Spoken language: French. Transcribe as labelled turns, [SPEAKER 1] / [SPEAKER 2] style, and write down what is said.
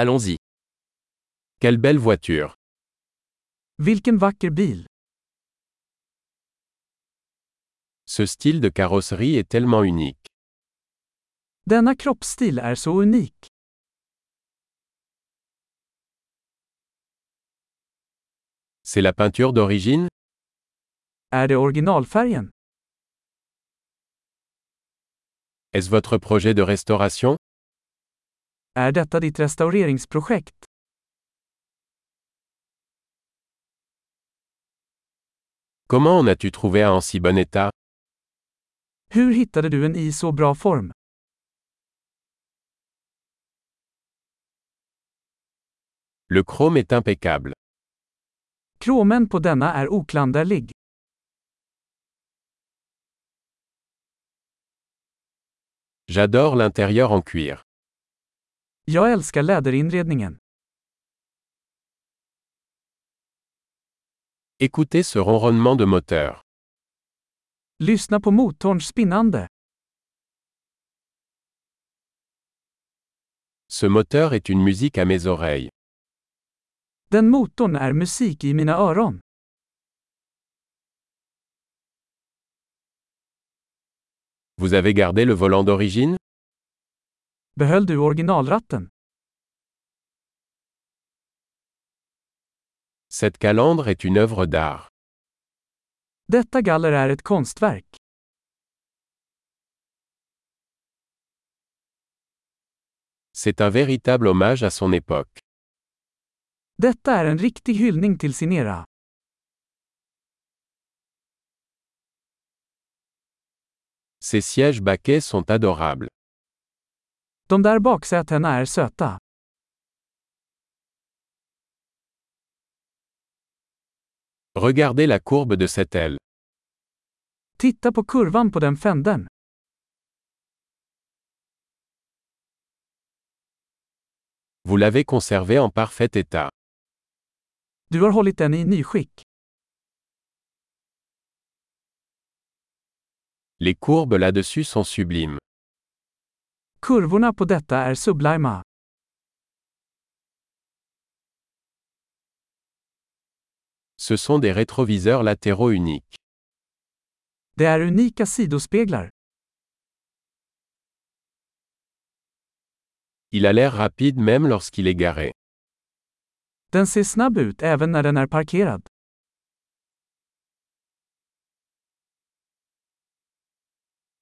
[SPEAKER 1] Allons-y. Quelle belle voiture.
[SPEAKER 2] Vilken vacker bil!
[SPEAKER 1] Ce style de carrosserie est tellement unique.
[SPEAKER 2] Denna kroppsstil är så unik.
[SPEAKER 1] C'est la peinture d'origine
[SPEAKER 2] Är det originalfärgen?
[SPEAKER 1] Est-ce votre projet de restauration
[SPEAKER 2] Är detta ditt restaureringsprojekt?
[SPEAKER 1] Comment en as-tu trouvé un en si bon état
[SPEAKER 2] Hur hittade du en i så bra form?
[SPEAKER 1] Le chrome est impeccable.
[SPEAKER 2] Kromen på denna är oklanderlig.
[SPEAKER 1] J'adore l'intérieur en cuir.
[SPEAKER 2] Jag älskar läderinredningen.
[SPEAKER 1] Écoutez ce ronronnement de moteur.
[SPEAKER 2] Lyssna på motorns spinnande.
[SPEAKER 1] Ce moteur est une musique à mes oreilles.
[SPEAKER 2] Den motorn är musik i mina öron.
[SPEAKER 1] Vous avez gardé le volant d'origine
[SPEAKER 2] Behöll du originalratten?
[SPEAKER 1] Cette calandre est une œuvre d'art.
[SPEAKER 2] Detta galler är ett konstverk.
[SPEAKER 1] C'est un véritable hommage à son époque.
[SPEAKER 2] Detta är en riktig hyllning till sin era.
[SPEAKER 1] Ces sièges baquets sont adorables.
[SPEAKER 2] De där baksätena är söta.
[SPEAKER 1] Regardez la courbe de cette aile.
[SPEAKER 2] Titta på kurvan på den fänden.
[SPEAKER 1] Vous l'avez conservé en parfait état.
[SPEAKER 2] Du har hållit den i nyskick.
[SPEAKER 1] Les courbes là-dessus sont sublimes.
[SPEAKER 2] Kurvorna på detta är sublima.
[SPEAKER 1] Ce sont des rétroviseurs latéraux uniques.
[SPEAKER 2] Det är unika sidospeglar.
[SPEAKER 1] Il a l'air rapide même lorsqu'il est garé.
[SPEAKER 2] Den ser snabb ut även när den är parkerad.